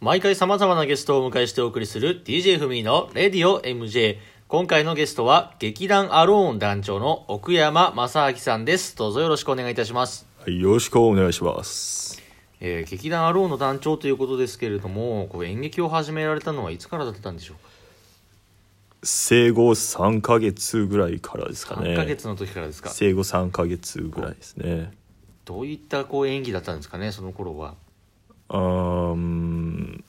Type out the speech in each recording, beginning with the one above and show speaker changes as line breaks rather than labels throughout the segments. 毎回様々なゲストをお迎えしてお送りする DJ ふみのレディオ MJ。今回のゲストは劇団アローン団長の奥山正明さんです。どうぞよろしくお願いいたします。
はい、よろしくお願いします。
えー劇団アローンの団長ということですけれども、こう演劇を始められたのはいつからだったんでしょう
生後3ヶ月ぐらいからです
か
かね。
3ヶ月の時からですか
生後3ヶ月ぐらいですね。
どういったこう演技だったんですかね、その頃は。
うーん。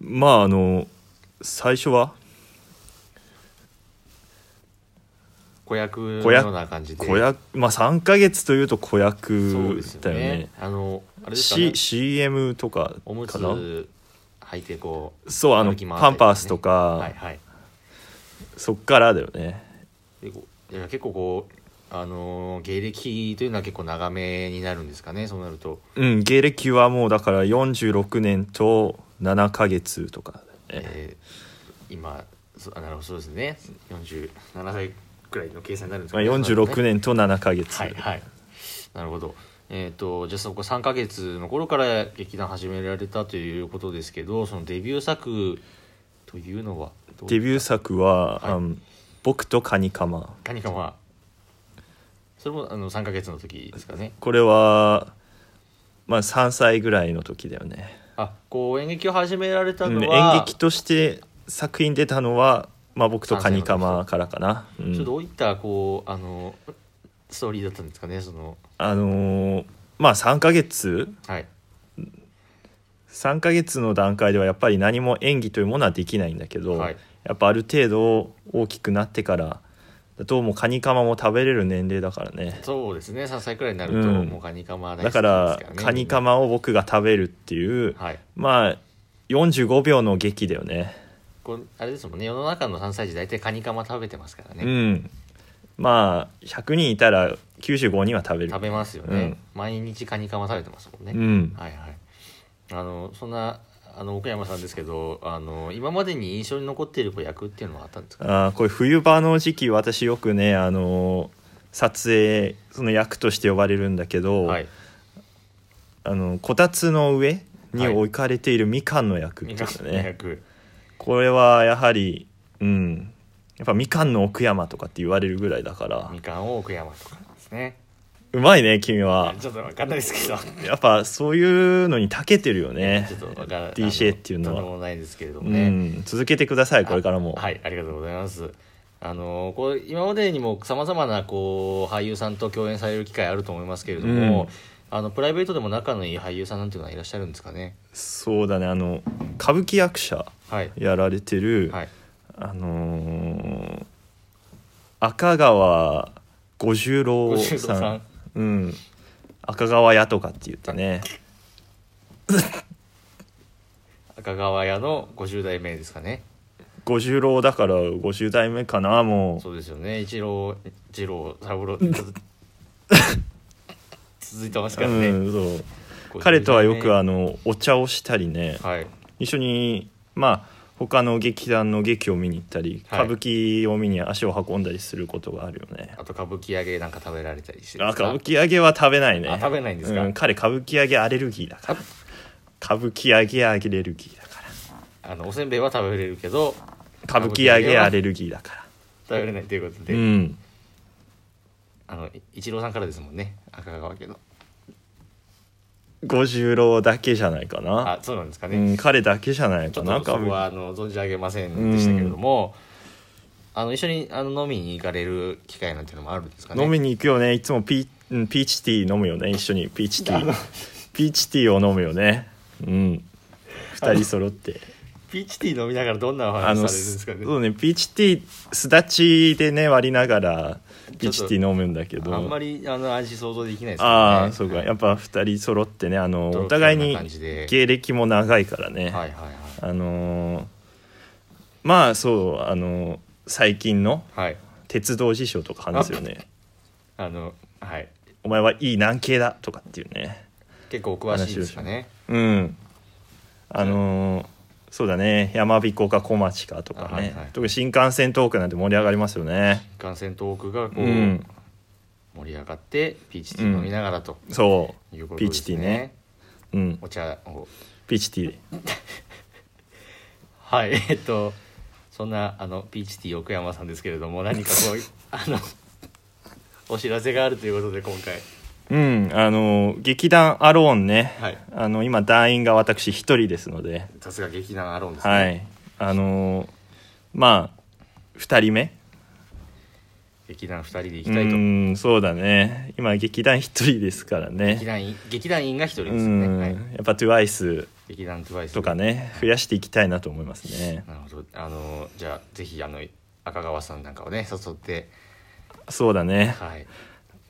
まああの最初は
子役の
子役
ような感じで。
子役、まあ3ヶ月というと子
そう
役
ですよ
だよね。
ね。あの、あれですかね
C。CM とか
おむつ
かな。
履いてこう。
そうあの
歩き回ったりとかね
パンパースとか、
はいはい。
そっからだよね。
でこういや結構こうあのー芸歴というのは結構長めになるんですかねそうなると、
うん芸歴はもうだから46年と7ヶ月とかだよね。
えー今そあなるほどそうですね47歳くらいの計算になるんです
ま
か
あ
ね、
46年と7ヶ月。
はいはいなるほどえー、とじゃあそこ3ヶ月の頃から劇団始められたということですけどそのデビュー作というのはどう
デビュー作は、
はい
あの僕とカニカマ
何かまあそれもあの3ヶ月の時ですかね
これはまあ3歳ぐらいの時だよね、
あこう演劇を始められた
う
の
ん
は、
演劇として作品出たのは、まあ、僕とカニカマからかな、う
ち
ん
ょっとどういったこうあのストーリーだったんですかねその
あのーまあ3ヶ月
はい
3ヶ月の段階ではやっぱり何も演技というものはできないんだけど、
はい
やっぱある程度大きくなってからどうもカニカマも食べれる年齢だからね
そうですね3歳くらいになると、
うん
もうカニカマ大好き
だ
です
か
から、
ら
ね、
カニカマを僕が食べるっていう、
はい
まあ45秒の劇だよね
こうあれですもんね世の中の3歳児大体カニカマ食べてますからね、
うんまあ100人いたら95人は食べる
食べますよね、
うん
毎日カニカマ食べてますもんね、
うん
はいはいあのそんなあの奥山さんですけどあの今までに印象に残っているこう役っていうのはあったんですか
あーこれ冬場の時期私よくねあのー撮影その役として呼ばれるんだけど、
はい
あのこたつの上に
はい
置かれているみかんの役
み
で
か
す
んの
ね、
役
これはやはりうんやっぱみかんの奥山とかって言われるぐらいだから
みかんを奥山とかですね
うまいね君は
ちょっとわかんないですけど
やっぱそういうのに長けてるよね
ちょっとわから
DJ っていう
と
の
ん
は
でもないですけれども
う
ね、
ん、続けてくださいこれからも、
はいありがとうございますあのこう今までにもさまざまなこう俳優さんと共演される機会あると思いますけれども、
うん
あのプライベートでも仲のいい俳優さんなんていうのはいらっしゃるんですかね
そうだねあの歌舞伎役者
はい
やられてる、
はい
あのー赤川五十郎
五
さん
十郎さん
うん、赤川屋とかって言ってね
赤川屋の50代目ですかね
五十郎だから50代目かなも
そうですよね一郎二郎三 郎続いてます
う,、
からね、
うん、そう
50代目
彼とはよくあのお茶をしたりね、
はい
一緒にまあ他の劇団の劇を見に行ったり、
はい
歌舞伎を見に足を運んだりすることがあるよね
あと歌舞伎揚げなんか食べられたりしてるん
あ
ですか
歌舞伎揚げは食べないね
あ食べないんですか
うん、彼歌舞伎揚げアレルギーだから歌舞伎揚げアレルギーだから
あのおせんべいは食べれるけど
歌舞伎揚げアレルギーだか
食べれないということで、
らうん
あのい一郎さんからですもんね赤川家の
五十郎だけじゃないかな
あそうなんですか
う
ね、
ん彼だけじゃない
ちょ
か
っ
な
とそ
歌
こ
舞
はあ
伎
の存じ上げませんでしたけれども、あの一緒にあの飲みに行かれる機会なんていうのもあるんですかね
飲みに行くよねいつもピ,、うん、ピーチティー飲むよね一緒にピーチティーピーチティーを飲むよねうん二人揃って
ピーチティー飲みながらどんなお話されるんですかね
そうねピーチティーすだちでね割りながらピーチティー飲むんだけど
あんまりあの味想像できないですけどね
ああそうかやっぱ2人揃ってねあの
同
お互い
同
に
感じで
芸歴も長いからね、
はいはいはい
あのーまあそうあのー最近の
はい
鉄道事象とか話すよね
あのはい
「お前はいい南系だ」とかっていうね
結構お詳しいですかね
うんあのーそうだねやまびこか小町かとかね、
あはいはい
特に新幹線トークなんて盛り上がりますよね
感染トークがこ
う
う、
ん
盛り上がってピーチティー飲みながらと
そ
いうこ
う
と
ピ
ですね、
ーチティーねうん
お茶を
ピーチティー
はいえっとそんなあのピーチティー奥山さんですけれども何か こうあのお知らせがあるということで今回
うんあの劇団アローンね、
はい
あの今団員が私一人ですので
さすが劇団アロンですね、
はいあのまあ2人目
劇団2人で行き
う
たいと
んそうだね今劇団一人ですから
劇
ね
団員劇団員が1人です
う
よね、はい、
んやっぱ TWICE
劇団トゥワイス
とかね増やしていきたいなと思いますね
なるほどあのじゃあぜひあの赤川さんなんかをね誘って
そうだね
はい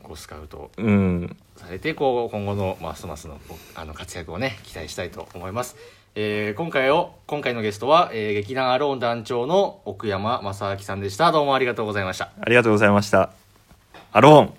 こうスカウト
うん
されてこう今後のますますのあの活躍をね期待したいと思います、えー今回を今回のゲストは、えー劇団アローン団長の奥山正明さんでしたどうもありがとうございました
ありがとうございましたアローン